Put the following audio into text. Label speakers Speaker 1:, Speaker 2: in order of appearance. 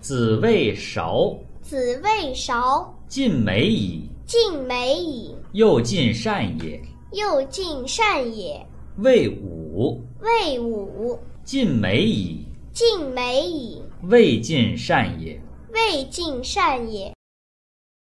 Speaker 1: 子谓韶：
Speaker 2: 子谓韶：
Speaker 1: 尽美矣，
Speaker 2: 尽美矣，
Speaker 1: 又尽善也。
Speaker 2: 又尽善也。
Speaker 1: 谓武：
Speaker 2: 谓武：
Speaker 1: 尽美矣，
Speaker 2: 尽美矣，
Speaker 1: 未尽善也。
Speaker 2: 未尽善也。